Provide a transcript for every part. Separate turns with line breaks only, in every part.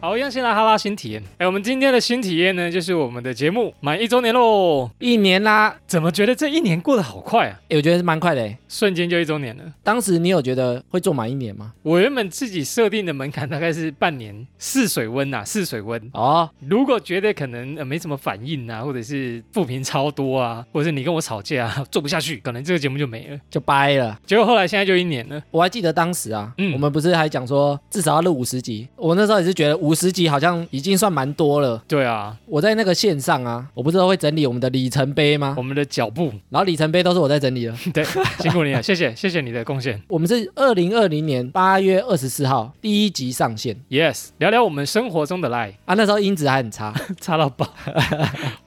好，一样先来哈拉新体验。哎，我们今天的新体验呢，就是我们的节目满一周年喽。
一年啦，
怎么觉得这一年过得好快啊？
诶我觉得是蛮快的诶。
瞬间就一周年了。
当时你有觉得会做满一年吗？
我原本自己设定的门槛大概是半年试水温呐、试水温。
哦，
如果觉得可能、呃、没什么反应啊，或者是负评超多啊，或者是你跟我吵架、啊、做不下去，可能这个节目就没了。
就掰了。
结果后来现在就一年了，
我还记得当时啊，
嗯
我们不是还讲说至少要录五十集，我那时候也是觉得五十集好像已经算蛮多了。
对啊，
我在那个线上啊，我不是都会整理我们的里程碑吗
我？们的脚步，
然后里程碑都是我在整理的。
对，辛苦你了，谢谢，谢谢你的贡献。
我们是二零二零年八月二十四号第一集上线
Yes，聊聊我们生活中的 lie，
啊，那时候音质还很差，
差到 爆。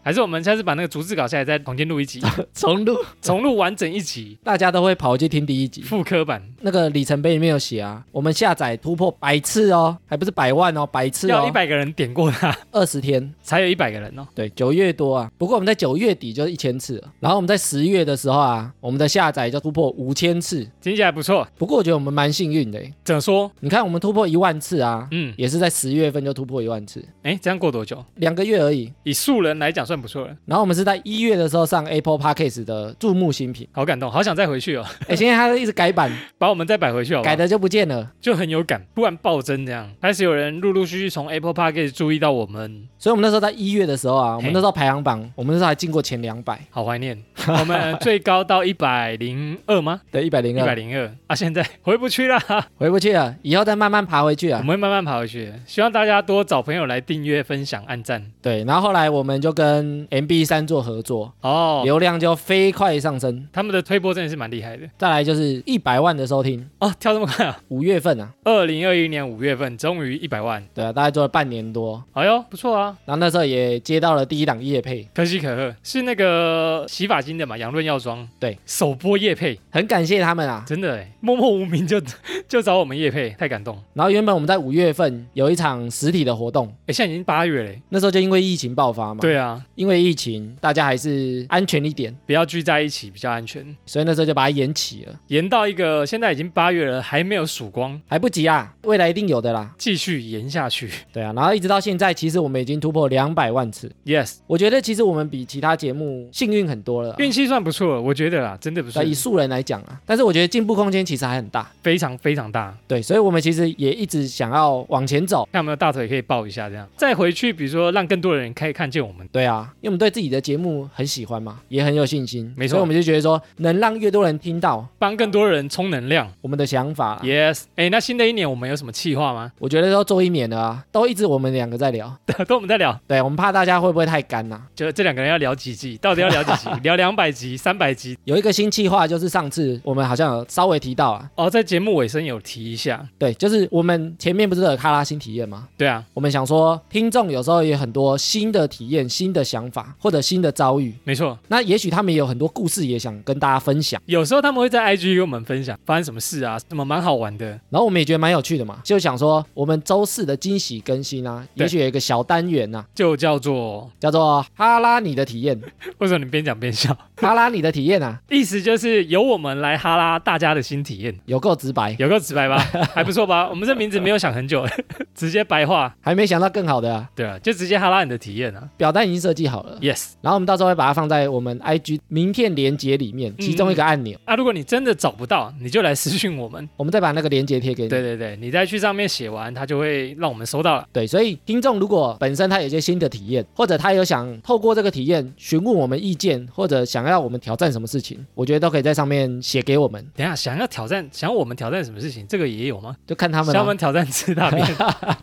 还是我们下次把那个逐字稿下来，再重新录一 集，
重录，
重录完整一集，
大家都会跑去听第一集。
复刻版，
那个里程碑里面有写啊，我们下载突破百次哦，还不是百万哦，百次
要
哦
一，百个人点过它，
二十天，
才有一百个人哦。
对，九月多啊。不过我们在九月底就一千次了，然后我们在十月的时候啊，我们的下载就突破五千次。
听起来不错，
不过我觉得我们蛮幸运的诶，欸
怎么说？
你看我们突破一万次啊，
嗯，
也是在十月份就突破一万次，
哎，这样过多久？
两个月而已。
以素人来讲算不错了，
然后我们是在一月的时候上 Apple Podcast 的注目新 品，
好感动，好想再回去哦，
哎，现在它一直改版，
把我们再摆回去好不好
改的就不见了，
就很有感，突然暴增这样，开始有人陆陆续续从 Apple Podcast 注意到我们，
所以我们那时候在一月的时候啊，我
嘿
们那时候排行榜，我们那时候还进过前两百
好怀 念。我们最高到一百零二吗？
对，一百
一
零
百
二，
零二啊，现在回不 去啦，
回不去了，以后再慢慢爬回去
我
啊。
们会慢慢爬回去的。希望大家多找朋友来订阅、分享、按赞
对，然后后来我们就跟 MB 三做合作，
哦。
流量就飞快上升。
他们的推播真的是蛮厉害的
再来就是一百万的收听，
哦，跳这么快啊！
五月份啊，
二零二一年五月份终于一百万，
对啊，大概做了半年多，
哎呦，不错啊，
然后那时候也接到了第一档夜配，
可喜可贺。是那个洗发精的嘛，养润药妆，
对，
首播夜配，
很感谢他们啊。
真的哎，默默无名就 就找我们夜配，太感动。
然后原本我们在五月份有一场实体的活动，
哎，现在已经八月嘞，
那时候就因为疫情爆发嘛，，
对啊，
因为疫情大家还是安全一点，
不要聚在一起比较安全。
所以那时候就把它延期了，
延到一个现在已经八月了，还没有曙光，
还不急啊，未来一定有的啦。
继续延下去。
对啊，然后一直到现在，其实我们已经突破两百万次。
Yes，
我觉得其实我们比其他节目幸运很多了啊、
运气算不错了，我觉得啦，真的不错
对，以素人来讲啊，但是我觉得进步空间其实还很大。
非常非常大。
对，所以我们其实也一直想要往前走。
看有没有大腿可以抱一下，这样再回去，比如说让更多的人可以看见我们。
对啊，因为我们对自己的节目很喜欢嘛，也很有信心，
没错
所以我们就觉得说，能让越多人听到
帮更多人充能量。
我们的想法啦。
Yes，哎、那新的一年我们有什么计划吗？
我觉得都做一年了啊，都一直我们两个在聊。
都我们在聊，
对，我们怕大家会不会太干呐、
就这两个人要聊几集，到底要聊几集？聊两百集、三百集？
有一个新计划，就是上次我们好像有稍微提到啊，
哦，在节目尾声有提一下。
对，就是我们前面不是有卡拉新体验吗？
对啊，
我们想说，听众有时候也很多新的体验、新的想法或者新的遭遇，
没错，
那也许他们也有很多故事也想跟大家分享，
有时候他们会在 IG 跟我们分享发生什么事啊，什么蛮好玩的。
然后我们也觉得蛮有趣的嘛，就想说我们周四的惊喜更新啊，
对
也许有一个小单元呐、啊，
就叫做
叫做哈拉你的 体验，
为什么你边讲边笑？
哈拉你的体验啊，
意思就是由我们来哈拉大家的新体验，
有够直白，
有够直白吧？还不错吧？我们这名字没有想很久， 直接白话。
还没想到更好的、啊、
对啊，就直接哈拉你的体验啊。
表单已经设计好了。
Yes，
然后我们到时候会把它放在我们 IG 名片连接里面，其中一个按钮，
啊，如果你真的找不到，你就来私讯我们。
我们再把那个连接贴给你。
对对对，你再去上面写完，它就会让我们收到了。
对，所以听众如果本身他有一些新的体验，或者他有想透过这个体验询问我们意见，或者想要我们挑战什么事情，我觉得都可以在上面写给我们，
等一下想要挑战，想要我们挑战什么事情，这个也有吗？
就看他们、
想要我
啊。
们挑战吃大 便啊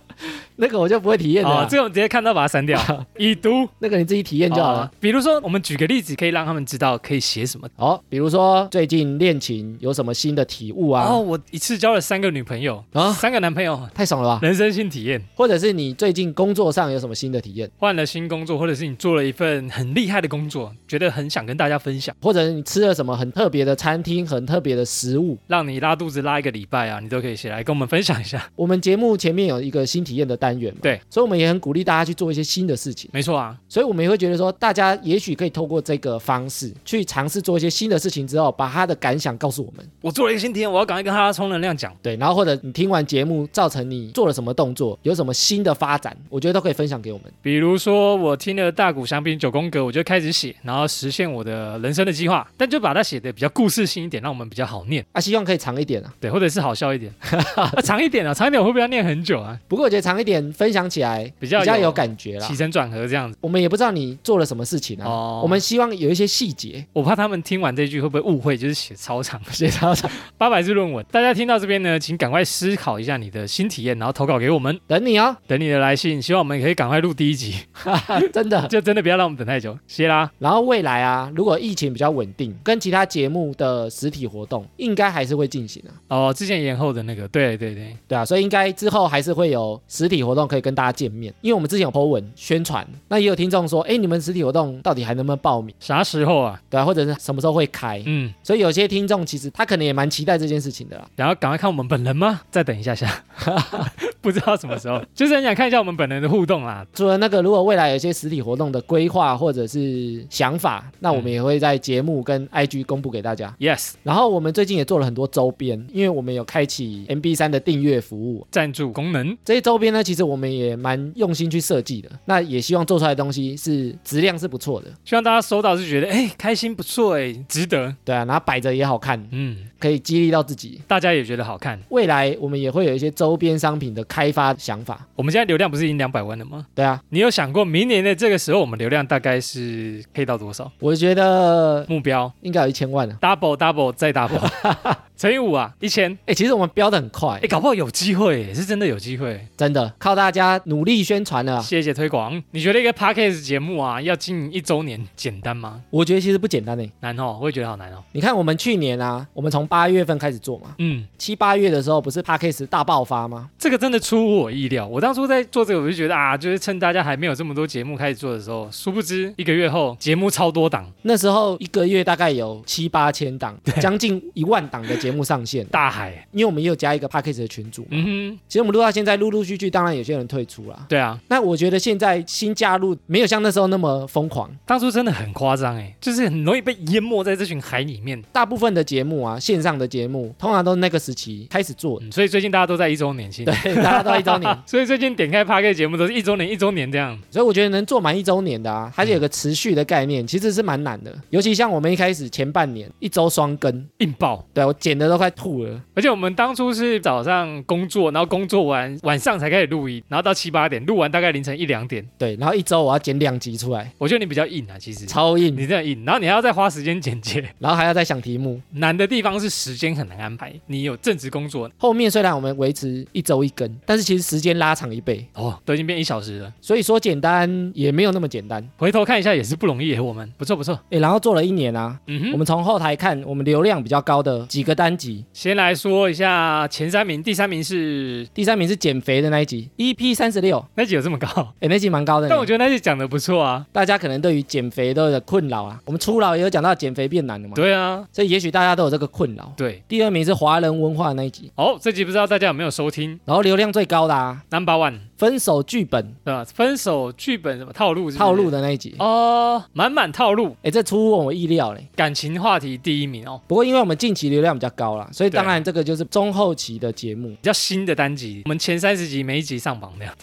那个我就不会体验了啊、
哦，这种直接看到把它删 掉，已读。
那个你自己体验就好
哦
了。
比如说，我们举个例子，可以让他们知道可以写什么。
哦，比如说最近恋情有什么新的体悟啊？
哦，我一次交了三个女朋友，
啊
三个男朋友，
太爽了吧！
人生新体验，
或者是你最近工作上有什么新的体验，
换了新工作，或者是你做了一份很厉害的工作，觉得很想跟大家分享，
或者是你吃了什么很特别的餐厅、很特别的食物。
让你拉肚子拉一个礼拜啊，你都可以写来跟我们分享一下。
我们节目前面有一个新体验的单元嘛，
对，
所以我们也很鼓励大家去做一些新的事情。
没错啊，
所以我们也会觉得说，大家也许可以透过这个方式去尝试做一些新的事情之后，把他的感想告诉我们。
我做了一个新体验，我要赶快跟他充能量讲。
对，然后或者你听完节目，造成你做了什么动作，有什么新的发展，我觉得都可以分享给我们。
比如说，我听了大谷翔平九宫格，我就开始写，然后实现我的人生的计划，但就把它写的比较故事性一点，让我们比较好念，
啊，希望可以长一点啊。
对，或者是好笑一点， 啊、长一点啊，长一点我会不会要念很久啊？
不过我觉得长一点分享起来
比较
比
有
较有感觉啦
起。承转合这样子。
我们也不知道你做了什么事情啊，
哦
我们希望有一些细节。
我怕他们听完这句会不会误会，就是写超长，写
超长，
八百字论文。大家听到这边呢，请赶快思考一下你的新体验，然后投稿给我们，
等你哦，
等你的来信。希望我们可以赶快录第一集，
真的。
就真的不要让我们等太久，谢啦。
然后未来啊，如果疫情比较稳定，跟其他节目的实体活动应该还是会进行啊，
哦，之前延后的那个，对对对，
对啊，所以应该之后还是会有实体活动可以跟大家见面，因为我们之前有 po 文宣传，那也有听众说，哎，你们实体活动到底还能不能报名？
啥时候啊？
对啊，或者是什么时候会开？
嗯，
所以有些听众其实他可能也蛮期待这件事情的啦。
然后赶快看我们本人吗？再等一下下， 不知道什么时候，就是很想看一下我们本人的互动啦。
除了那个，如果未来有一些实体活动的规划或者是想法，那我们也会在节目跟 IG 公布给大家。
Yes，
然后我们最近也做了很多周边，因为我们有开启 MB 三的订阅服务，
赞助功能，
这些周边呢，其实我们也蛮用心去设计的。那也希望做出来的东西是质量是不错的，
希望大家收到是觉得哎开心不错哎，值得，
对啊，然后摆着也好看，
嗯，
可以激励到自己。
大家也觉得好看。
未来我们也会有一些周边商品的开发想法，
我们现在流量不是已经两百万了吗？
对啊，
你有想过明年的这个时候我们流量大概是可以到多少？
我觉得
目标
应该有一千万啊。
double double 再 double 乘以五啊，一千，
哎，其实我们标的很快
哎，，搞不好有机会耶，是真的有机会。
真的靠大家努力宣传了啊。
谢谢推广。你觉得一个 podcast 节目啊，要经营一周年简单吗？
我觉得其实不简单呢。欸
难哦，我也觉得好难哦。
你看我们去年啊，我们从八月份开始做嘛，
嗯，
七八月的时候不是 p a c k a s 大爆发吗？
这个真的出乎我意料。我当初在做这个，我就觉得啊，就是趁大家还没有这么多节目开始做的时候，殊不知一个月后节目超多档，
那时候一个月大概有七八千档，将近一万档的节目上线，
大海。
因为我们也有加一个 p a c k a s 的群组。
嗯哼，
其实我们录到现在，陆陆续续，当然有些人退出啦。
对啊，
那我觉得现在新加入没有像那时候那么疯狂，
当初真的很夸张哎，就是很容易被淹没在这群海里面。
大部分的节目啊，线上的节目通常都是那个时期开始做的，
嗯，所以最近大家都在一周年庆。
对，大家都一周年，
所以最近点开 p a r k 节目都是一周年一周年这样，
所以我觉得能做满一周年的啊，它是有
嗯
个持续的概念，其实是蛮难的。尤其像我们一开始前半年一周双更，
硬爆。
对我剪的都快吐了。
而且我们当初是早上工作，然后工作完晚上才开始录音，然后到七八点录完，大概凌晨一两点。
对，然后一周我要剪两集出来，
我觉得你比较硬啊，其实
超硬，
你这样硬，然后你还要再花时间剪接。
然后还要再想题目。
难的地方是时间很难安排，你有正职工作
后面虽然我们维持一周一更，但是其实时间拉长一倍，
哦，都已经变一小时了。
所以说简单也没有那么简单。
回头看一下也是不容易，我们不错不错。
诶，然后做了一年啊，
嗯
我
哼，
们从后台看，我们流量比较高的几个单集，
先来说一下前三名，第三名是
第三名是减肥的那一集，EP 三十六，
那集有这么 高，
诶，那集蛮高的呢。
但我觉得那集讲的不错啊。
大家可能对于减肥都有困扰啊，我们初老也有讲到减肥变难了嘛，
对啊，
所以也许大家都有这个困扰。
对。
第二名是华人文化的那一集，
哦，这集不知道大家有没有收听
然后流量最高的啊，
？Number One，
分手剧本
对吧？分手剧本什么套路是不是
套路的那一集，
哦，满满套路，
哎，这出乎我意料嘞。
感情话题第一名哦，
不过因为我们近期流量比较高啦，所以
对
当然这个就是中后期的节目。
比较新的单集，我们前三十集每一集上榜那样，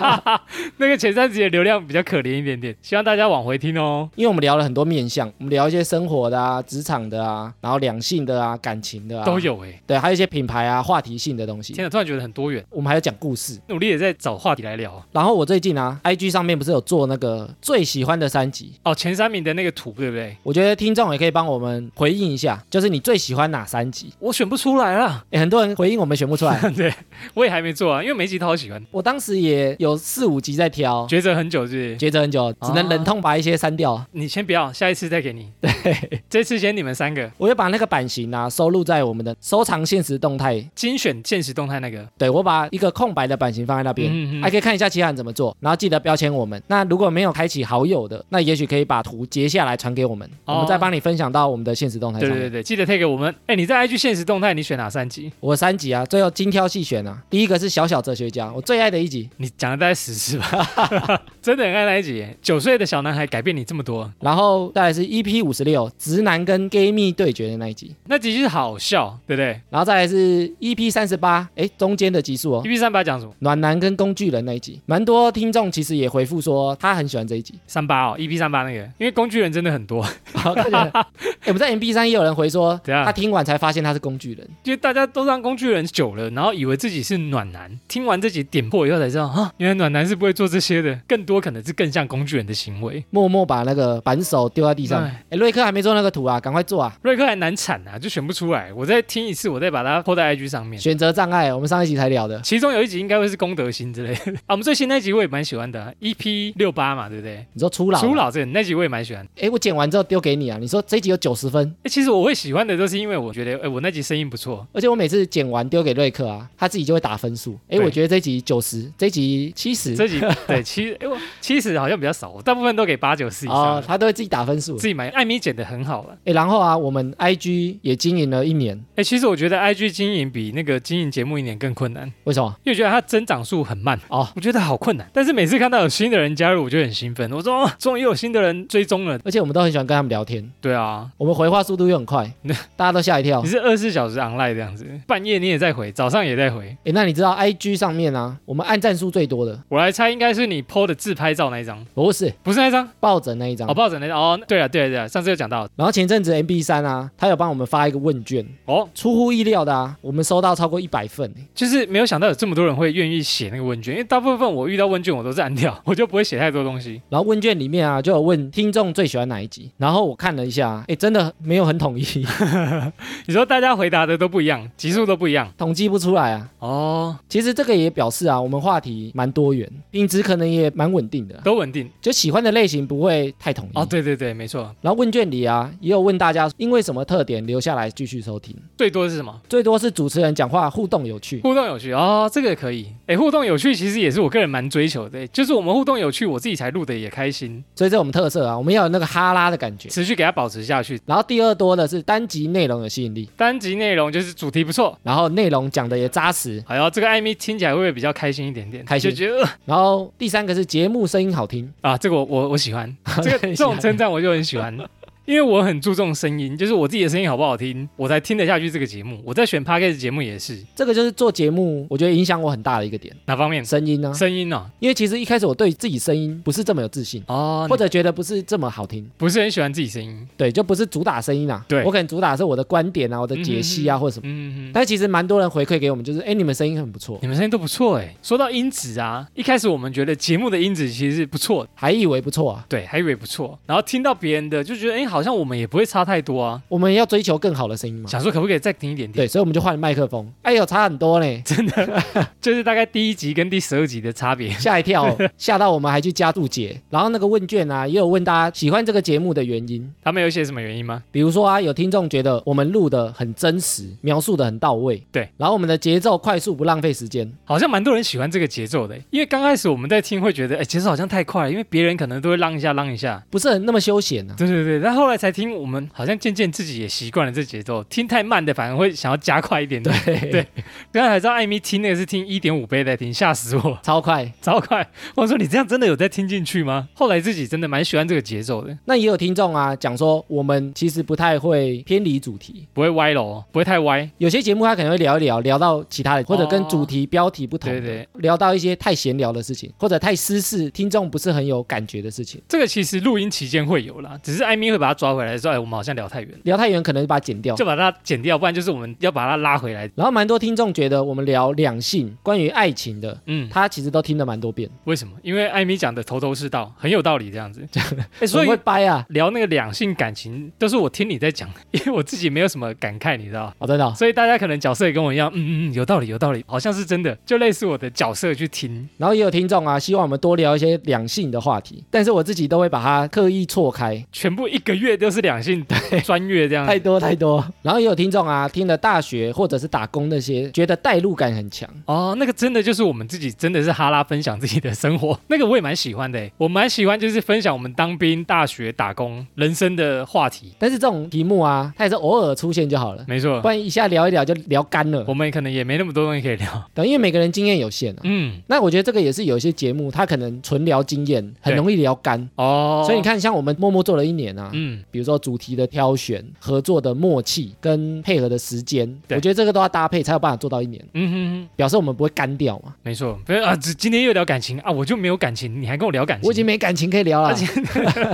那个前三十集的流量比较可怜一点点，希望大家往回听哦。
因为我们聊了很多面向，我们聊一些生活的啊、职场的啊，然后两性的啊、感情的啊，
都。有哎、
对，还有一些品牌啊、话题性的东西。
天哪，突然觉得很多元，
我们还有讲故事。
努力也在找话题来聊
然后我最近啊，IG 上面不是有做那个最喜欢的三集，
哦。前三名的那个图对不对？
我觉得听众也可以帮我们回应一下，就是你最喜欢哪三集？
我选不出来啦，
诶，很多人回应我们选不出来，
对我也还没做啊，因为每一集都好喜欢，
我当时也有四五集在挑，
抉择很久是不是
抉择很久，
哦
只能忍痛把一些删掉。
你先不要，下一次再给你。对，这次先你们三个
我就把那个版型啊收录在我们的收藏现实动态，
精选现实动态那个，
对我把一个空白的版型放在那边，
嗯嗯嗯
还可以看一下其他人怎么做，然后记得标签我们。那如果没有开启好友的，那也许可以把图截下来传给我们，
哦
我们再帮你分享到我们的现实动态
对
上面。
对对对，记得 take 我们。哎，你在在 IG 现实动态你选哪三集？
我三集啊，最后精挑细选啊。第一个是小小哲学家，我最爱的一集。
你讲了大概十次吧， 真的很爱那一集耶。九岁的小男孩改变你这么多，
然后再来是 EP 五十六，直男跟 gay 蜜对决的那一集，
那集是好笑，对不对
然后再来是 EP 三十八，哎，中间的集数哦，
？EP ？E 三八讲什么？
暖男跟工具人那一集，蛮多听众其实也回复说他很喜欢这一集。
三八哦，EP 三八那个，因为工具人真的很多，
好，大家，哎，我们在 MB 三也有人回说，
怎样
他听完才发现他是工具人。
就大家都当工具人久了，然后以为自己是暖男。听完这集点破以后才知道，啊，原来暖男是不会做这些的，更多可能是更像工具人的行为。
默默把那个扳手丢在地上。
哎
哎，瑞克还没做那个图啊，赶快做啊！
瑞克还难产啊，就选不出来。我再听一次，我再把它抛在 IG 上面。
选择障碍，我们上一集才聊的。
其中有一集应该会是功德心之类的 啊，我们最新那集我也蛮喜欢的、EP 六八嘛，对不对？
你说初老，啊
初，老这个那集我也蛮喜欢。
哎，我剪完之后丢给你啊。你说这一集有九十分，
哎，其实我会喜欢的都是因为我觉得，哎，我那集声音不错，
而且我每次剪完丢给瑞克啊，他自己就会打分数。哎，
对
我觉得这集九十，这集七十，
这集对七，哎我七十好像比较少，我大部分都给八九十以上
哦，
的。
他都会自己打分数。
自己买，艾米剪的很好了。
哎，然后啊，我们 IG 也经营了一年，
哎、其实我觉得 IG 经营比那个经营节目一年更困难，
为什么？
因为我觉得它增长速很慢
哦
我觉得好困难。但是每次看到有新的人加入，我就很兴奋，我说哦，终于有新的人追踪了。
而且我们都很喜欢跟他们聊天，
对啊，
我们回话速度又很快，大家都吓一跳
你。是二十四小时 online 这样子，半夜你也在回，早上也在回。
哎，那你知道 IG 上面啊，我们按赞数最多的
我来猜，应该是你 PO 的自拍照那一张，
不是
不是那一张，
抱枕那一张
哦，。抱枕那一张。哦，对了，对了，对了，上次有讲到
然后前阵子 MB 三啊，他有帮我们发一个问卷，
哦，
出乎意料的啊，我们收到超过一百份欸、
就是没有想到有这么多人会愿意写那个问卷，因为大部分我遇到问卷我都是按掉，我就不会写太多东西。
然后问卷里面啊，就有问听众最喜欢哪一集，然后我看了一下，哎，真的没有很统一，
你说大家回答的都不一样，级数都不一样
统计不出来啊。
哦，
其实这个也表示啊，我们话题蛮多元，品质可能也蛮稳定的啊，
都稳定。
就喜欢的类型不会太统一。
哦，对对对，没错，
然后问卷里啊，也有问大家因为什么特点留下来继续收听，
最多是什么？
最多是主持人讲话互动有趣。
互动有趣哦，这个可以。哎，互动有趣其实也是我个人蛮追求的，就是我们互动有趣，我自己才录的也开心，
所以这是我们特色啊，我们要有那个哈拉的感觉。
持续给它保持下去。
然后第二多的是单集内容有吸引力，
单集内容就是主题不错，
然后内容讲的也扎实。
哎呦，这个艾米听起来会不会比较开心一点点？
开心
就觉得呃
然后第三个是节目声音好听，
啊，这个我我我喜欢，这个这
你喜
种
欢
称赞我就很喜欢。因为我很注重声音，就是我自己的声音好不好听，我才听得下去这个节目。我在选 podcast 节目也是
这个就是做节目我觉得影响我很大的一个点，
哪方面？
声 音呢、啊
声音呢、
因为其实一开始我对自己声音不是这么有自信。
哦？哦，
或
或者
者觉得不是这么好听，
不是很喜欢自己声音。
对，就不是主打声音啊。
对
我可能主打的是我的观点啊，我的解析啊，或者什么。
嗯，嗯嗯
但其实蛮多人回馈给我们，就是哎，诶你们声音很不错，
你们声音都不错哎。说到音质啊，一开始我们觉得节目的音质其实是不错的，
还以为不错啊。
对，还以为不错。然后听到别人的，就觉得哎，好像我们也不会差太多啊。
我们要追求更好的声音嘛。
想说可不可以再听一点点？
对，所以我们就换麦克风。哎呦，差很多呢，
就是大概第一集跟第十二集的差别。
吓一跳，哦吓到我们还去加注解。然后那个问卷啊，也有问大家喜欢这个节目的原因，
他们有写什么原因吗？
比如说啊，有听众觉得我们录的很真实，描述的很到位，
对，
然后我们的节奏快速，不浪费时间，
好像蛮多人喜欢这个节奏的，欸因为刚开始我们在听会觉得，哎，节奏好像太快了，因为别人可能都会浪一下浪一下。
不是很那么休闲啊。
对对对，但后来才听，我们好像渐渐自己也习惯了这节奏，听太慢的反而会想要加快一点点。
对
对刚才才知道艾米听那个是听一点五倍在听，吓死我。
超快。
超快！ 我说你这样真的有在听进去吗？后来自己真的蛮喜欢这个节奏的，
那也有听众啊讲说，我们其实不太会偏离主题，
不会歪了哦，不会太歪。
有些节目他可能会聊一聊，聊到其他的，或者跟主题标题不同的，
对哦对
聊到一些太闲聊的事情，或者太私事，听众不是很有感觉的事情。
这个其实录音期间会有啦，只是艾米会把它抓回来，说哎，我们好像聊太远了，
聊太远可能就把它剪掉。
就把它剪掉，不然就是我们要把它拉回来。
然后蛮多听众觉得我们聊两性、关于爱情的，
嗯，
他其实都听了蛮多遍，
为什么？因为艾米讲的头头是道，很有道理这样子。哎，
所
所
以
以
会掰啊。
聊那个两性感情都是我听你在讲， 因为我自己没有什么感慨，你知道。
哦，真的哦、
所以大家可能角色也跟我一样，嗯嗯嗯，有道理，有道理，好像是真的，就类似我的角色去听，
然后也有听众啊，希望我们多聊一些两性的话题，但是我自己都会把它刻意错开，
全部一个月都是两性对专月这样，
太多太多。然后也有听众啊，听了大学或者是打工那些，觉得代入感很强。
哦，那个真的就是我们自己，真的是哈拉分享自己的生活， 那个我也蛮喜欢的欸。我蛮喜欢就是分享我们当兵、大学、打工、人生的话题。
但是这种题目啊，它也是偶尔出现就好了，
没错
不，然一下聊一聊就聊干了。
我们可能也没那么多东西可以 聊。
对，因为每个人经验有限啊。
嗯，
那我觉得这个也是有一些节目，它可能纯聊经验，很
对
容易聊干。
哦，
所以你，看，像我们默默做了一年啊，
嗯，
比如说主题的挑选、合作的默契跟配合的时间，
对
我觉得这个都要搭配才有办法做到一年，
嗯哼
表示我们不会干掉嘛
哼。，没错。不是啊，只今天又聊感情啊，我就没有感情，你还跟我聊感情？
我已经没感情可以聊了
而。且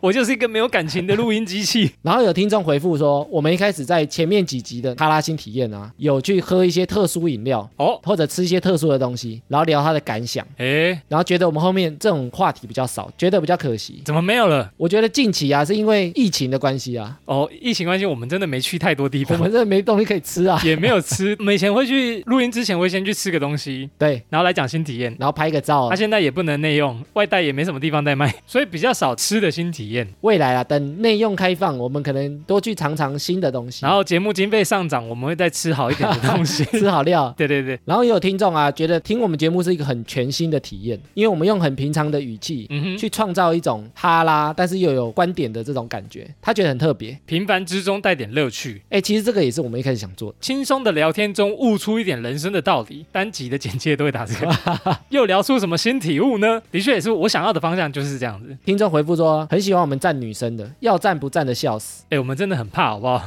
我就是一个没有感情的录音机 器。
然后有听众回复说，我们一开始在前面几集的哈拉新体验啊，有去喝一些特殊饮料
哦，
或者吃一些特殊的东西，然后聊他的感想，
哎，
然后觉得我们后面这种话题比较少，觉得比较可惜。
怎么没有了？
我觉得近期啊，是因为疫情的关系 啊，
哦，疫情关系，我们真的没去太多地
我
方，
们这没东西可以吃啊。
也没有吃。 我们以前会去录音之前会先去吃个东西，
对，
然后来讲新体验。
然后拍个照
它、
啊。
现在也不能内用，外带也没什么地方在卖， 所以比较少吃的新体验。
未来啊，等内用开放，我们可能多去尝尝新的东西，
然后节目经费上涨，我们会再吃好一点的东西。
吃好料。
对对对，
然后也有听众啊，觉得听我们节目是一个很全新的体验，因为我们用很平常的语气。
嗯哼，
去创造一种哈拉，但是又有观点的这种感觉，他觉得很特别。
平凡之中带点乐趣，
哎，其实这个也是我们一开始想做的，
轻松的聊天中悟出一点人生的道理。单集的简介都会打这个， 又聊出什么新体悟呢？的确也是我想要的方向，就是这样子。
听众回复说很喜欢我们赞女生的，要赞不赞的笑死。
哎，我们真的很怕，好不 好？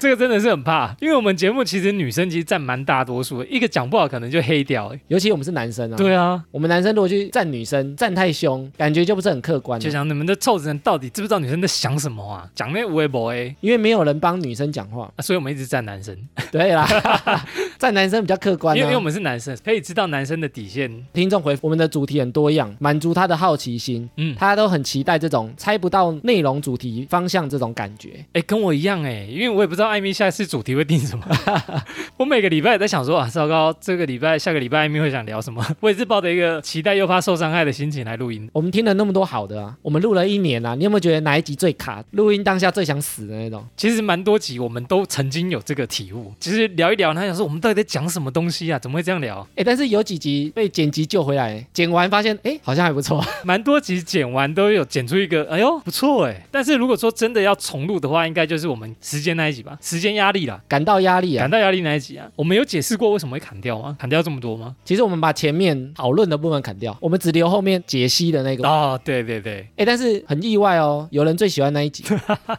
这个真的是很怕，因为我们节目其实女生其实占蛮大多数的，一个讲不好可能就黑掉。哎，
尤其我们是男生啊，，
对啊，
我们男生如果去赞女生，赞太凶，感觉就不是很客观啊
就
了、
想你们这臭子人到底知不知道女生在想什么啊？讲那无为博哎，
因为没有人帮女生讲 话。
啊所以我们一直站男生，
对啦， 赞男生比较客观、啊，
因为因为我们是男生，可以知道男生的底线。
听众回复我们的主题很多样，满足他的好奇心，
嗯，
他都很期待这种猜不到内容、主题方向这种感觉。
哎，跟我一样哎、因为我也不知道艾米下一次主题会定什么。 我每个礼拜也在想说啊，糟糕，这个礼拜、下个礼拜艾米会想聊什么？ 我也是抱着一个期待又怕受伤害的心情来录音。
我们听了那么多好的啊，我们录了一年啊，你有没有觉得哪一集最卡？录音当下最想死的那种？
其实蛮多集我们都曾经有这个体悟，其实聊一聊，他想说我们到底在讲什么东西啊？怎么会这样聊？
哎，但是有几集被剪辑救回来，剪完发现哎好像还不错，
蛮多集剪完都有剪出一个，哎呦不错哎。但是如果说真的要重录的话，应该就是我们时间那一集吧，时间压力啦，
感到压力啊
砍。到压力那一集啊。我们有解释过为什么会砍掉吗？砍掉这么多吗？
其实我们把前面讨论的部分砍掉，我们只留后面解析的那个。
哦，对对对，
哎，但是很意外哦，有人最喜欢那一集，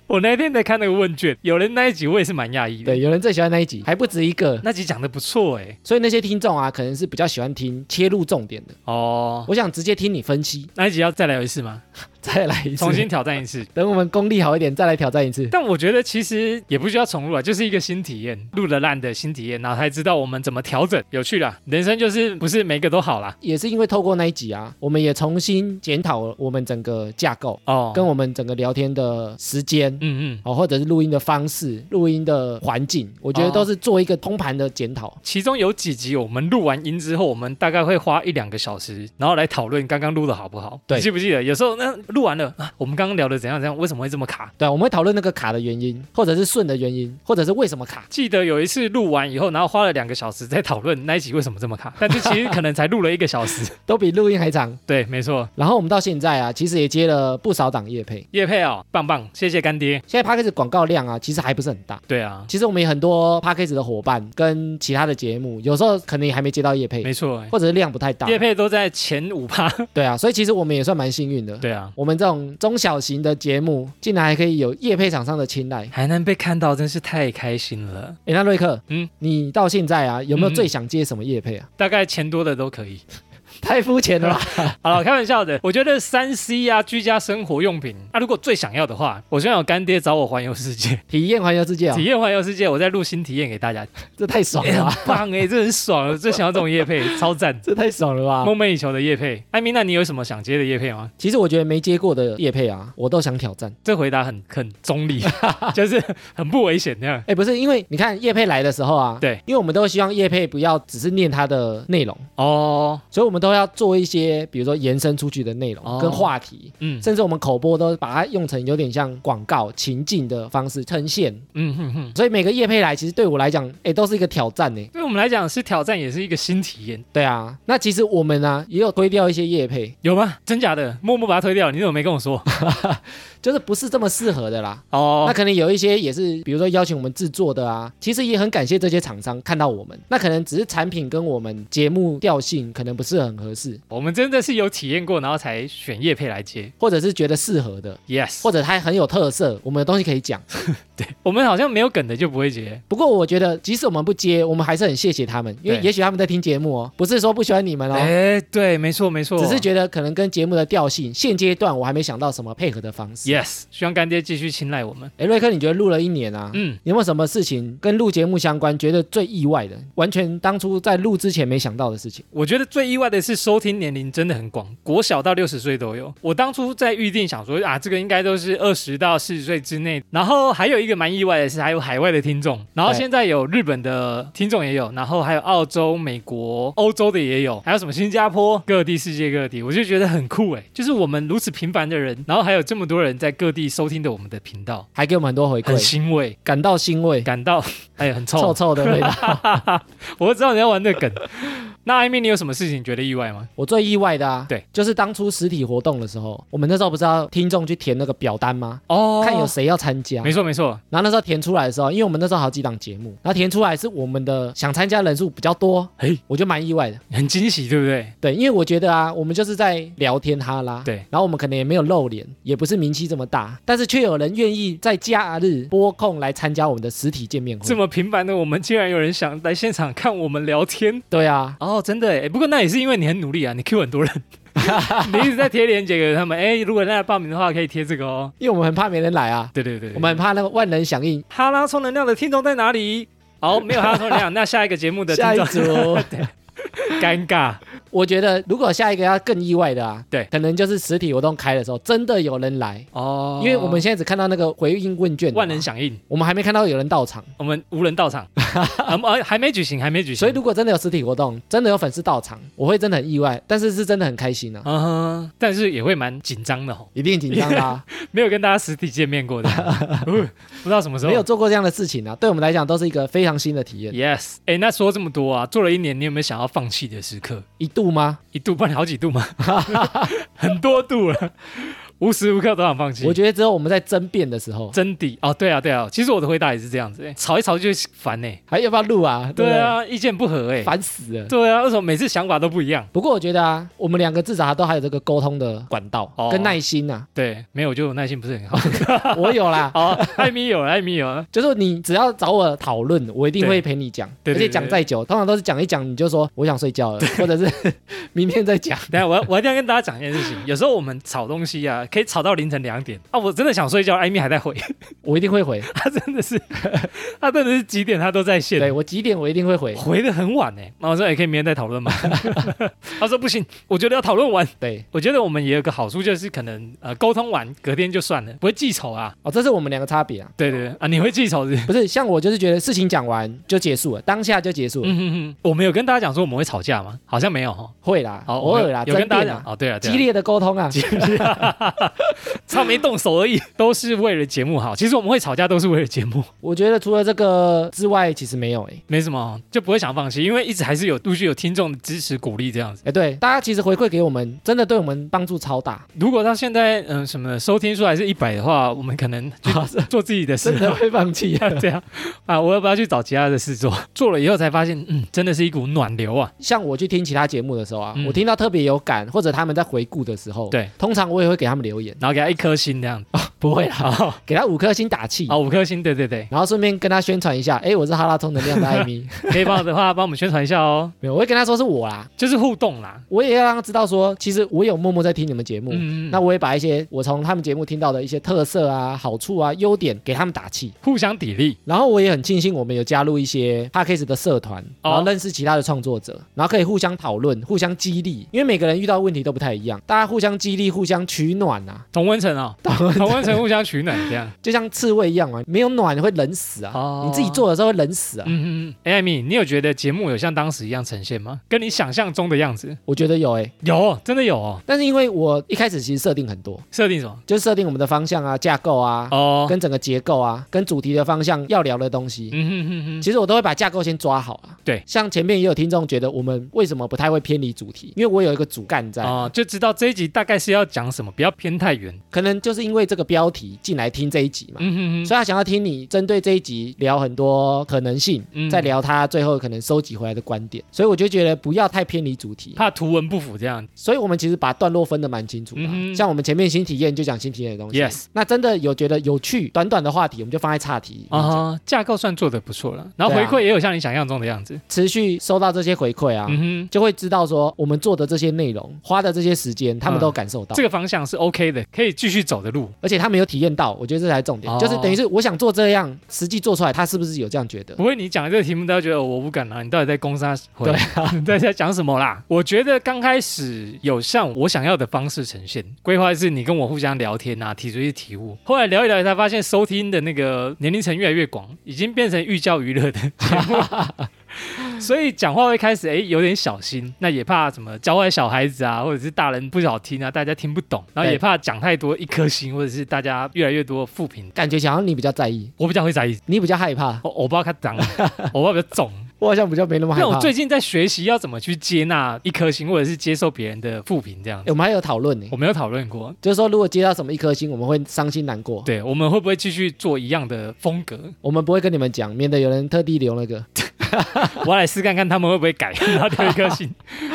我那天在看那个问卷，有人那一集我也是蛮讶异的。
对，有人最喜欢那一集，还不止一个。
那集讲的不错哎，
所以那些听众啊，可能是比较喜欢听切入重点的。
哦，
我想直接听你分析，
那一集要再来一次吗？
再来一次，
重新挑战一 次。
等我们功力好一点，再来挑战一次。
但我觉得其实也不需要重录啊，就是一个新体验，录了烂的新体验，然后才知道我们怎么调整，有趣啦。人生就是不是每个都好啦。
也是因为透过那一集啊，我们也重新检讨了我们整个架构，
哦，
跟我们整个聊天的时间。
嗯嗯。
哦，或者是录音的方式、录音的环境，我觉得
哦
都是做一个通盘的检讨。
其中有几集我们录完音之后，我们大概会花一两个小时，然后来讨论刚刚录的好不好。
对
你记不记得？有时候那录完了啊，我们刚刚聊的怎样怎样，为什么会这么卡？
对，我们会讨论那个卡的原因，或者是顺的原因，或者是为什么卡。
记得有一次录完以后，然后花了两个小时在讨论那一集为什么这么卡，但是其实可能才录了一个小时。
都比录音还长。
对，没错，
然后我们到现在啊，其实也接了不少档业配，
叶佩哦，棒棒，谢谢干爹。
现在 p a c k a g e 广告量啊，其实还不是很大。
对啊，
其实我们有很多 p a c k a g e 的伙伴跟其他的节目，有时候可能也还没接到业配，
没错、欸，
或者是量不太大。
叶佩都在前五趴。
对啊，所以其实我们也算蛮幸运的。
对啊，
我们这种中小型的节目，竟然还可以有业配厂商的青睐。
还能被看到，真是太开心了。
诶，那瑞克，
嗯，
你到现在啊，有没有
嗯
最想接什么业配啊？
大概钱多的都可以。
太肤浅了吧？
好了，开玩笑的。我觉得三 C 啊，居家生活用品啊，如果最想要的话，我希望有干爹找我环游世 界，
体验环游世界啊、
体验环游世界，我再录新体验给大家。
这太爽
哎、
了吧！
很棒哎、这很爽，我最想要这种夜配，超赞。
这太爽了吧！
梦寐以求的夜配，艾米，那你有什么想接的夜配吗？
其实我觉得没接过的业配啊，我都想挑战。
这回答很很中立，就是很不危险那样。
哎，不是，因为你看叶配来的时候啊，
对，
因为我们都希望叶配不要只是念它的内容，
哦，
所以我们都后要做一些，比如说延伸出去的内
哦
容跟话题，
嗯
甚至我们口播都把它用成有点像广告情境的方式呈现。
嗯哼哼，
所以每个业配来，其实对我来讲，哎，都是一个挑战呢。
对我们来讲是挑战，也是一个新体验，
对啊，那其实我们呢、也有推掉一些业配，
有吗？真假的？默默把它推掉，你怎么没跟我说？
就是不是这么适合的啦。
哦，
那可能有一些也是，比如说邀请我们制作的啊，其实也很感谢这些厂商看到我们。那可能只是产品跟我们节目调性可能不是很合适，
我们真的是有体验过，然后才选叶配来接。
或者是觉得适合的，
Yes，
或者它很有特色，我们有东西可以讲。
我们好像没有梗的就不会接。
不过我觉得，即使我们不接，我们还是很谢谢他们，因为
对
也许他们在听节目哦，不是说不喜欢你们哦，
哎、对，没错没错，
只是觉得可能跟节目的调性，现阶段我还没想到什么配合的方式。
Yes，希望干爹继续青睐我们。
哎，瑞克，你觉得录了一年啊？
嗯，
有没有什么事情跟录节目相关，觉得最意外的，完全当初在录之前没想到的事情？
我觉得最意外的是收听年龄真的很广，国小到六十岁都有。我当初在预定想说啊，这个应该都是二十到四十岁之内。然后还有一个蛮意外的是，还有海外的听众，然后
对
现在有日本的听众也有，然后还有澳洲、美国、欧洲的也有，还有什么新加坡，各地世界各地，我就觉得很酷诶，就是我们如此平凡的人，然后还有这么多人在各地收听的我们的频道，
还给我们很多回
很
馈，
欣慰，
感到欣慰，
感到 哎很臭，
臭臭的 味道。
我就知道你要玩这个梗。 那艾米，你有什么事情觉得意外吗？
我最意外的啊，
对，
就是当初实体活动的时候，我们那时候不是要听众去填那个表单吗？
哦
看有谁要啊参加，
没错没错，
然后那时候填出来的时候，因为我们那时候好几档节目，然后填出来是我们的想参加人数比较多，
嘿，
我就蛮意外的。
很惊喜，对不对？
对，因为我觉得啊，我们就是在聊天哈啦，
对
然后我们可能也没有露脸，也不是名气这么大，但是却有人愿意在假日拨空来参加我们的实体见面
这
会。
么平凡的我们，竟然有人想来现场看我们聊天
对啊，
哦，真的哎！不过那也是因为你很努力啊，你 Q 很多人， 你一直在贴链接给他们。哎，如果大家报名的话，可以贴这个哦。
因为我们很怕没人来啊，
对对对对
我们很怕那个万人响应。
哈拉充能量的听众在哪里？好、没有哈拉充能 量，那下一个节目的听
下一
众
组，
尴尬。
我觉得如果下一个要更意外的啊，
对
可能就是实体活动开的时候，真的有人来，
哦
因为我们现在只看到那个回应问卷，
万人，响应，
我们还没看到有人到场。
我们无人到 场，啊、呃还没举行，还没举行。
所以如果真的有实体活动，真的有粉丝到场，我会真的很意外，但是是真的很开心 啊，
嗯哼，但是也会蛮紧张的哦，
一定紧张啦、
没有跟大家实体见面过的，呃不知道什么时候
没有做过这样的事情啊，对我们来讲都是一个非常新的体验。
Yes，哎，那说这么多啊，做了一年，你有没有想要放弃的时刻？
一度吗？
一度，不然好几 度吗？很多度了，无时无刻都想放弃。
我觉得只有我们在争辩的时候，
真的哦，对啊，对啊，其实我的回答也是这样子，哎吵一吵就烦呢。
还要不要录啊？不
对，啊，意见不合哎，
烦死了。
对啊，为什么每次想法都不一样？
不过我觉得啊，我们两个至少都还有这个沟通的管道、
哦。
跟耐心啊
对，没有我就耐心不是很好。
我有啦，
好，艾米有，艾米有，
就是你只要找我讨论，我一定会陪你讲，
对对
而
对
且讲再久，通常都是讲一讲你就说我想睡觉了，或者是明天再讲。
等一下，我要我一定要跟大家讲一件事情。有时候我们吵东西啊，可以吵到凌晨两点啊，我真的想睡觉，艾米还在回，
我一定会回，
她真的 是，她真的是几点她都在线。
对我几点我一定会回，
回的很晚哎，然后我说也、欸、可以明天再讨论吗？ 他说不行，我觉得要讨论完。
对
我觉得我们也有个好处，就是可能呃沟通完隔天就算了，不会记仇啊。
哦，这是我们两个差别啊。
对对对啊，你会记仇是不 是？
不是像我就是觉得事情讲完就结束了，当下就结束了，
嗯哼哼，我们有跟大家讲说我们会吵架吗？好像没有哈。
会啦，
好，
偶
我们
尔啦，
有跟
争
大家
辩
讲
啊，
哦，对啊，对啊
激烈的沟通啊，
差没动手而已，都是为了节目好。其实我们会吵架都是为了节目，
我觉得除了这个之外，其实没有诶、欸。
没什么，就不会想放弃，因为一直还是有陆续有听众的支持鼓励这样子。
哎，对，大家其实回馈给我们，真的对我们帮助超大，
如果到现在嗯、什么收听数还是一百的话，我们可能就做自己的事
真。的会放弃、啊。
这样啊，我要不要去找其他的事做？做了以后才发现，嗯，真的是一股暖流啊。
像我去听其他节目的时候啊，
嗯
我听到特别有感，或者他们在回顾的时候，
对，
通常我也会给他们留言，
然后给他一颗星这样，
哦不会啦，啊
好，
给他五颗星打气，
好五颗星，对对对，
然后顺便跟他宣传一下，哎，我是哈拉充能量的艾 米，
可以帮我的话帮我们宣传一下哦，
没有，我会跟他说是我啦，
就是互动啦。
我也要让他知道说，其实我有默默在听你们节目。
嗯，
哦那
那
我也把一些我从他们节目听到的一些特色啊、好处啊、优点给他们打气，
互相砥砺，
然后我也很庆幸我们有加入一些 p a c k a g e 的社团，
哦
然后认识其他的创作者，然后可以互相讨论、互相激励，因为每个人遇到问题都不太一样，大家互相激励、互相取暖，暖啊，
同温层啊，同温层互相取暖 这样。
就像刺猬一样啊，没有暖你会冷死啊，
哦
你自己做的时候会冷死啊。
嗯嗯嗯，哎，艾米，你有觉得节目有像当时一样呈现吗？跟你想象中的样子？
我觉得有诶、
有，真的有哦。
但是因为我一开始其实设定很多，
设定什么？
就是设定我们的方向啊、架构啊、
哦，
跟整个结构啊、跟主题的方向要聊的东西，
嗯哼哼哼，
其实我都会把架构先抓好啊。
对
像前面也有听众觉得我们为什么不太会偏离主题，因为我有一个主干在，
哦，就知道这一集大概是要讲什么，不要偏太远。
可能就是因为这个标题进来听这一集嘛。
嗯哼哼，
所以他想要听你针对这一集聊很多可能性，
嗯
再聊他最后可能收集回来的观点，所以我就觉得不要太偏离主题。
怕图文不符这样。
所以我们其实把段落分得蛮清楚的啊、
嗯哼
像我们前面新体验就讲新体验的东西
Yes
那真的有觉得有趣、短短的话题，我们就放在岔题里面
啊、
讲、
架构算做的不错了，然后回
对啊
馈也有像你想象中的样子。
持续收到这些回馈啊。
嗯
就会知道说我们做的这些内容，花的这些时间，他们都感受到
哼，，这个方向是 OK 的，可以继续走的路。
而且他们有体验到，我觉得这才是重点，
哦
就是等于是我想做这样，实际做出来，他是不是有这样觉得？
不会，你讲这个题目，大家觉得我无感啊，你到底在攻杀？
对
啊，你到底在讲什么啦？我觉得刚开始有像我想要的方式呈现，规划是你跟我互相聊天啊，提出一些题目。后来聊一聊，才发现收听的那个年龄层越来越广，已经变成寓教于乐的节目。 所以讲话会开始哎有点小心，那也怕什么教坏小孩子啊，或者是大人不好听啊，大家听不懂，然后也
对
怕讲太多一颗星，或者是大家越来越多负评。
感觉想要你比较在意，
我比较会在意，
你比较害怕，
我我不知道他长，我比较重。
我好像比较没那么害
那我
怕。
最近在学习要怎么去接纳一颗星，或者是接受别人的负评这样
诶
子。
哎我们还有讨论呢
我，没有讨论过，
就是说如果接到什么一颗星，我们会伤心难过，
对我们会不会继续做一样的风格？
我们不会跟你们讲，免得有人特地留那个。
我要来试看看他们会不会改，然后掉一颗 星，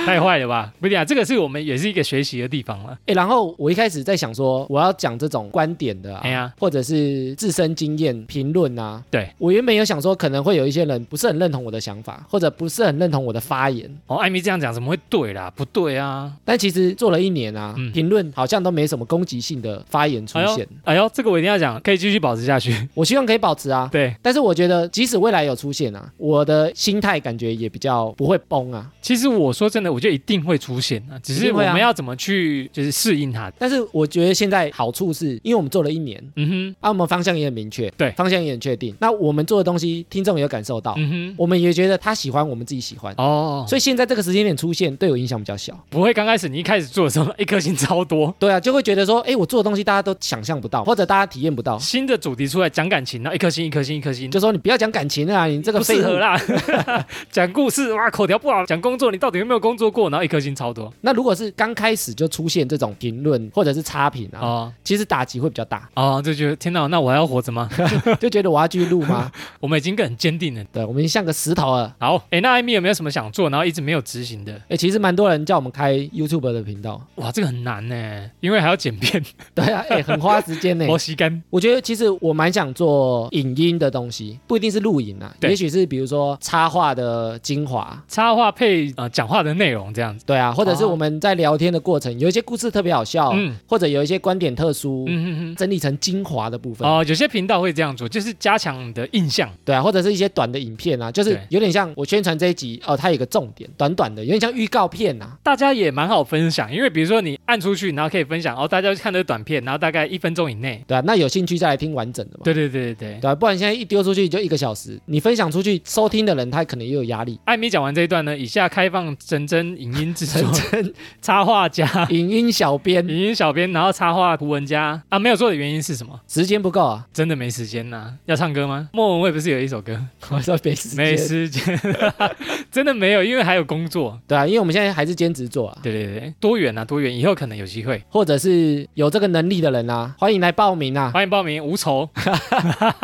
太坏了吧？不对啊，这个是我们也是一个学习的地方了。
哎，然后我一开始在想说，我要讲这种观点的、啊，
哎呀
或者是自身经验评论啊。
对
我原本有想说，可能会有一些人不是很认同我的想法，或者不是很认同我的发言，
哦，艾米这样讲怎么会对啦？不对啊！
但其实做了一年啊，
嗯
评论好像都没什么攻击性的发言出
哎
现
呦。，哎呦，这个我一定要讲，可以继续保持下去。
我希望可以保持啊。
对，
但是我觉得，即使未来有出现啊，我的心态感觉也比较不会崩啊。
其实我说真的，我觉得一定会出现啊，只
一
是
定
我
会啊
们要怎么去就是适应它。
但是我觉得现在好处是，因为我们做了一年，
嗯
啊，我们方向也很明确，
对
方向也很确定。那我们做的东西，听众也有感受到，
哼，嗯
我们也觉得他喜欢，我们自己喜欢。
哼，哦，
所以现在这个时间点出现，对我影响比较小。
不会刚开始你一开始做的时候一颗星超多，
对啊，就会觉得说，哎，我做的东西大家都想象不到，或者大家体验不到，
新的主题出来讲感情，然后一颗星一颗星一颗星，
就说你不要讲感情啊，你这个
不适
废物
合啦。 讲故事哇，口条不好；讲工作，你到底有没有工作过？然后一颗星超多
那如果是刚开始就出现这种评论或者是差评啊，
哦
其实打击会比较大，
哦，就觉得天哪，那我还要活着 吗？
就觉得我要继续录 吗？
我们已经很坚定了。
对，我们像个石头啊。
好，哎，那艾米有没有什么想做，然后一直没有执行的？
哎，其实蛮多人叫我们开 YouTube 的频道，
哇，这个很难呢，因为还要剪片、
对啊，哎，很花时 间呢。
磨吸干。
我觉得其实我蛮想做影音的东西，不一定是录影啊，
对
也许是比如说插画的精华，
插画配呃讲话的内容这样子，
对啊，或者是
哦
我们在聊天的过程，有一些故事特别好笑，
嗯
或者有一些观点特殊，
嗯嗯嗯，
整理成精华的部分，
哦，有些频道会这样做，就是加强你的印象，
对啊，或者是一些短的影片啊，就是
对
有点像我宣传这一集哦，它有一个重点，短短的，有点像预告片啊。
大家也蛮好分享，因为比如说你按出去，然后可以分享，哦，大家就看这个短片，然后大概一分钟以内。
对啊，那有兴趣再来听完整的嘛。
对对对对对，
对啊，不然现在一丢出去就一个小时，你分享出去，收听的人他可能也有 压力。
艾米讲完这一段呢，以下开放陈真影音制作
陈、真
插画家、
影音小编
影音小编，然后插画图文家啊，没有做的原因是什么？
时间不够啊，
真的没时间呐、啊要唱歌吗？莫文蔚不是有一首歌
我说没时
没
间。
时间， 真的没有，因为还有工作。
对啊，因为我们现在还是兼职做啊，
对对对，多远啊多远，以后可能有机会，
或者是有这个能力的人啊，欢迎来报 名啊，
欢迎报名，无酬。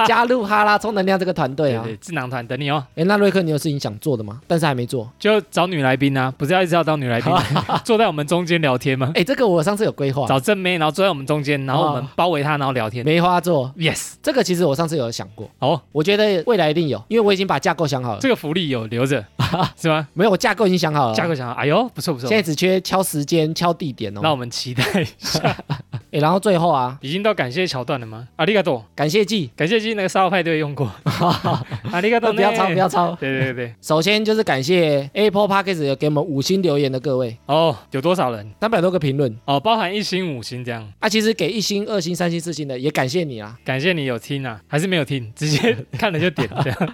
加入哈拉充能量这个团队啊。
对，智囊团等你哦。
哎，那瑞克，你有事情想做的吗？但是还没做。
就找女来宾啊，不是要一直要当女来宾，啊 坐在我们中间聊天吗？
哎，这个我上次有规划，
找正妹，然后坐在我们中间，然后我们
哦
包围她，然后聊天。
梅花座，
Yes，
这个其实我上次有想过，
哦，
我觉得未来一定有，因为我已经把架构想好了
这。个福利有留着是吗？
没有，我架构已经想好了。
价格想到，哎呦，不错不错
现，在只缺敲时间、敲地点
那
哦。
我们期待一下。
诶，然后最后啊，
已经到感谢桥段了吗？阿里嘎多，
感谢祭，
感谢金那个沙派对用过。阿里嘎多，
不要抄，不要。 抄。
对对对对，
首先就是感谢 Apple Podcast 有给我们五星留言的各位，
哦，有多少人？
三百多个评论
哦，包含一星、五星这样。
啊。其实给一星、二星、三星、四星的也感谢你啊。
感谢你有听啊，还是没有听，直 接看了就点这样，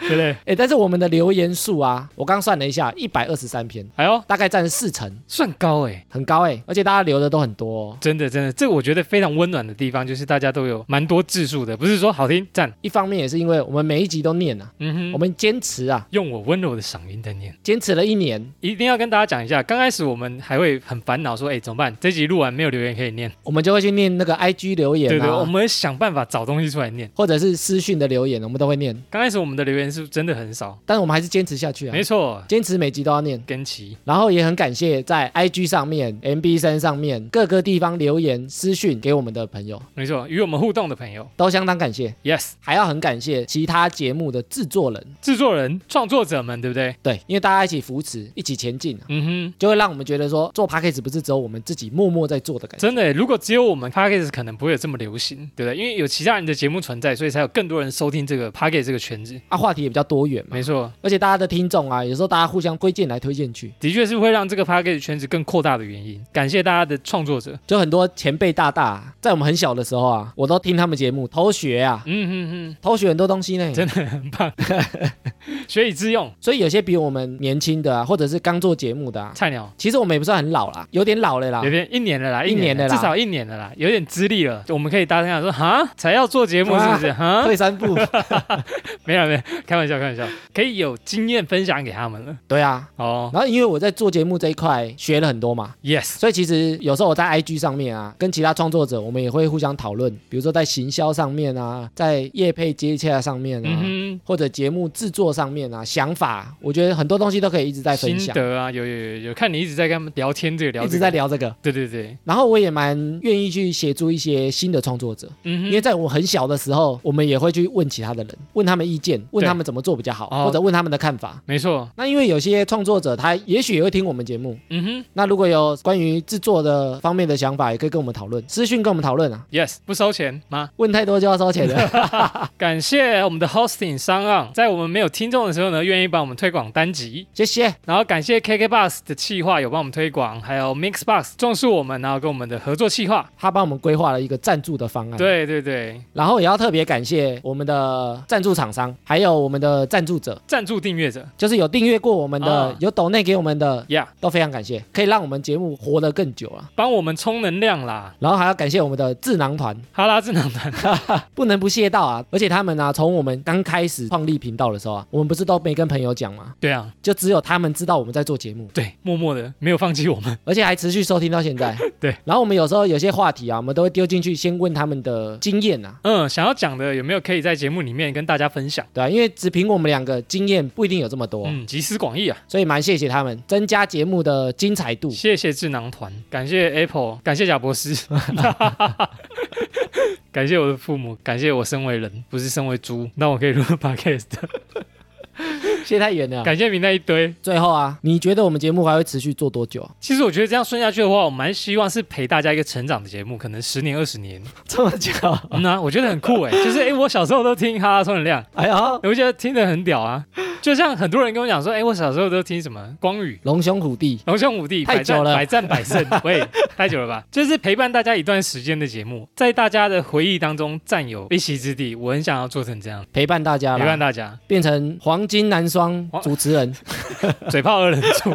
对不对？
诶，但是我们的留言数啊，我刚算了一下，一百二十三篇，
哎呦，
大概占四成，
算高哎、
很高诶，而且大家留的都很多、哦。
真的真的，这我觉得非常温暖的地方就是大家都有蛮多字数的，不是说好听赞，
一方面也是因为我们每一集都念啊，
嗯
我
哼，
们坚持啊，
用我温柔的嗓音在念。
坚持了一年，
一定要跟大家讲一下，刚开始我们还会很烦恼，说，哎，怎么办？这集录完没有留言可以念，
我们就会去念那个 IG 留言
对对，我
啊，
们想办法找东西出来念。
或者是私讯的留言，我们都会念，
刚开始我们的留言是真的很少，
但我们还是坚持下去啊
没，错，
坚持每集都要念。
跟齐，
然后也很感谢在 IG 上面、MB 三上面各个地方留言私讯给我们的朋友，
没错，与我们互动的朋友
都相当感谢。
，yes，
还要很感谢其他节目的制作人，
制作人、创作者们，对不对？
对，因为大家一起扶持，一起前进啊、
嗯哼。
就会让我们觉得说做 p a c k a g e 不是只有我们自己默默在做的感觉。
真的耶，如果只有我们 p a c k a g e 可能不会有这么流行，对不对？因为有其他人的节目存在，所以才有更多人收听这个 p a c k a g e 这个圈子。
啊，话题也比较多元嘛，
没错，
而且大家的听众啊，有时候大家互相推荐来推荐去，
的确是会让这个 p a c k a g e 圈子更扩大的原因。感谢大家的创作者。
就很多前辈大大啊在我们很小的时候啊，我都听他们节目偷学啊，
嗯哼
偷学很多东西呢。
真哼，很棒，学以致用。
所以有些比我们年轻的啊，或者是刚做节目的啊，
菜鸟
其实我们也不算很老啦，有点老了啦
有。点一年了啦，
一年了啦
至少一年了啦，有点资历了。我们可以大声讲说，哈，才要做节目是不是？哈，
退 三步，
没有没有，开玩笑开玩笑，可以有经验分享给他们了。
对啊。
哦
然后因为我在做节目这一块学了很多嘛，
，yes，
所以其实有时候我在 IG 上面啊，跟其他创作者，我们也会互相讨论，比如说在行销上面啊，在业配接洽上面啊。
嗯
或者节目制作上面啊，想法，我觉得很多东西都可以一直在
哼，
分
心
享，
得啊，有有有有，看你一直在跟他们聊天，这个聊、
一
这个、
直在聊这个。
对对对，
然后我也蛮愿意去协助一些新的创作者，
嗯
因
哼，
为在我很小的时候，我们也会去问其他的人，问他们意见，问
对
他们怎么做比较好，
哦
或者问他们的看法。
没错，
那因为有些创作者他也许也会听我们节目，
嗯哼
那如果有关于制作的方面的想法，也可以跟我们讨论，私讯跟我们讨论啊。
，yes，不收钱吗？
问太多就要收钱 的，
感谢我们的 hosting 商岸，在我们没有听众的时候呢，愿意帮我们推广单集，
谢谢。
然后感谢 KK Bus 的企划有帮我们推广，还有 Mix Bus 重视我们，然后跟我们的合作企划。
他帮我们规划了一个赞助的方案，，
对对对，
然后也要特别感谢我们的赞助厂商，还有我们的赞助者，
赞助订阅者
就是有订阅过我们的，
啊
有抖内给我们的，
，Yeah，
都非常感谢，可以让我们节目活得更久啊。
帮我们充能量啦，
然后还要感谢我们的智囊团，
哈拉智囊团，
不能不谢到啊！而且他们啊，从我们刚开始创立频道的时候啊，我们不是都没跟朋友讲嘛，
对啊，
就只有他们知道我们在做节目，
对，默默的没有放弃我们，。
而且还持续收听到现在
对，
然后我们有时候有些话题啊，我们都会丢进去，先问他们的经验啊，
嗯，想要讲的有没有可以在节目里面跟大家分享？
对啊，因为只凭我们两个经验不一定有这么多，
嗯，集思广益啊，
所以蛮谢谢他们，增加节目的精彩度。
谢谢智囊团，感谢 Apple，感谢贾博士， 感谢我的父母，感谢我身为人，不是身为猪，让我可以录 podcast，
谢太远了啊。
感谢你那一堆。
最后啊，你觉得我们节目还会持续做多久啊？
其实我觉得这样顺下去的话，我蛮希望是陪大家一个成长的节目，可能十年二十年。
这么久？
嗯啊，我觉得很酷哎、就是哎、诶我小时候都听哈拉充能量，
哎呀，
我觉得听得很屌啊。就像很多人跟我讲说，哎、我小时候都听什么光宇。
龙兄虎弟，
龙兄虎弟，
太
百战
久了
百战百 胜，喂，太久了吧？就是陪伴大家一段时间的节目，在大家的回忆当中占有一席之地。我很想要做成这样，
陪伴大家
陪伴
啦，
大家。
变成黄金男双
黄
主持人，
嘴炮二人 组，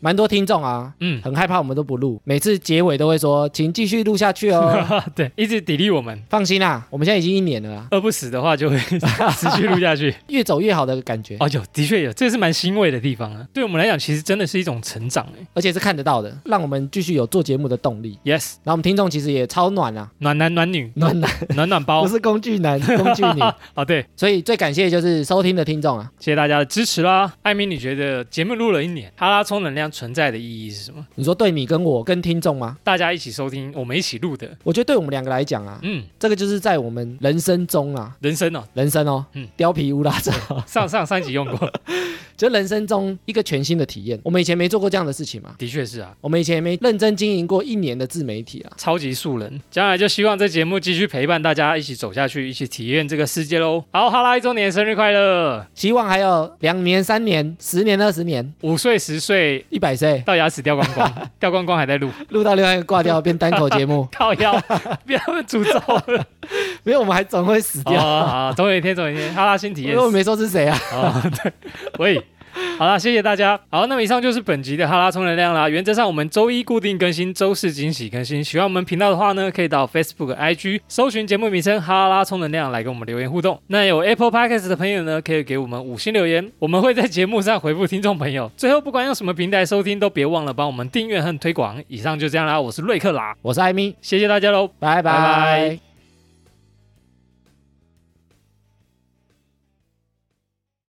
蛮多听众啊，
嗯，
很害怕我们都不录，每次结尾都会说请继续录下 去哦。
对，一直砥砺我们，
放心啦、啊我们现在已经一年了啦，
饿不死的话 就会持续录下去。
越走越好的感觉，
哦，有，的确有，这是蛮欣慰的地方啊。对我们来讲，其实真的是一种成长哎。
而且是看得到的，让我们继续有做节目的动力。
Yes，
然后我们听众其实也超暖啊，
暖男暖 女
暖男、
暖暖包
不。是工具 男，工具女。
哦，对，
所以最感谢的就是收听的听众啊。
谢谢大家的支持啦。艾米，你觉得节目录了一年，哈拉充能量存在的意义是什么？
你说对你跟我跟听众吗？
大家一起收听，我们一起录的，
我觉得对我们两个来讲啊，
嗯，
这个就是在我们人生中啊，
人生哦，
人生哦，
嗯
貂皮乌拉扯，
上上上集用过，
就人生中一个全新的体验。我们以前没做过这样的事情嘛，
的确是啊，
我们以前也没认真经营过一年的自媒体啊。
超级素人。将来就希望这节目继续陪伴大家一起走下去，一起体验这个世界喽。好，哈拉一周年生日快乐！
希望还有两年、三年、十年、二十年、
五岁、十岁
一百岁，
到牙齿掉光 光，掉光光还在录，，
录到另外一个挂掉变单口节目
靠腰，不要诅咒了。
没有我们还总会死
好啊
掉。
好，好总有一天，总有一天，哈拉新体
因
验
为。我没说是谁啊，
啊，对，喂。好啦，谢谢大家。好，那么以上就是本集的哈拉充能量啦。原则上我们周一固定更新，周四惊喜更新。喜欢我们频道的话呢，可以到 Facebook、IG 搜寻节目名称“哈拉充能量”来跟我们留言互动。那有 Apple Podcast 的朋友呢，可以给我们五星留言，我们会在节目上回复听众朋友。最后，不管用什么平台收听，都别忘了帮我们订阅和推广。以上就这样啦，我是瑞克啦，
我是艾米，
谢谢大家喽。
拜
拜
拜
拜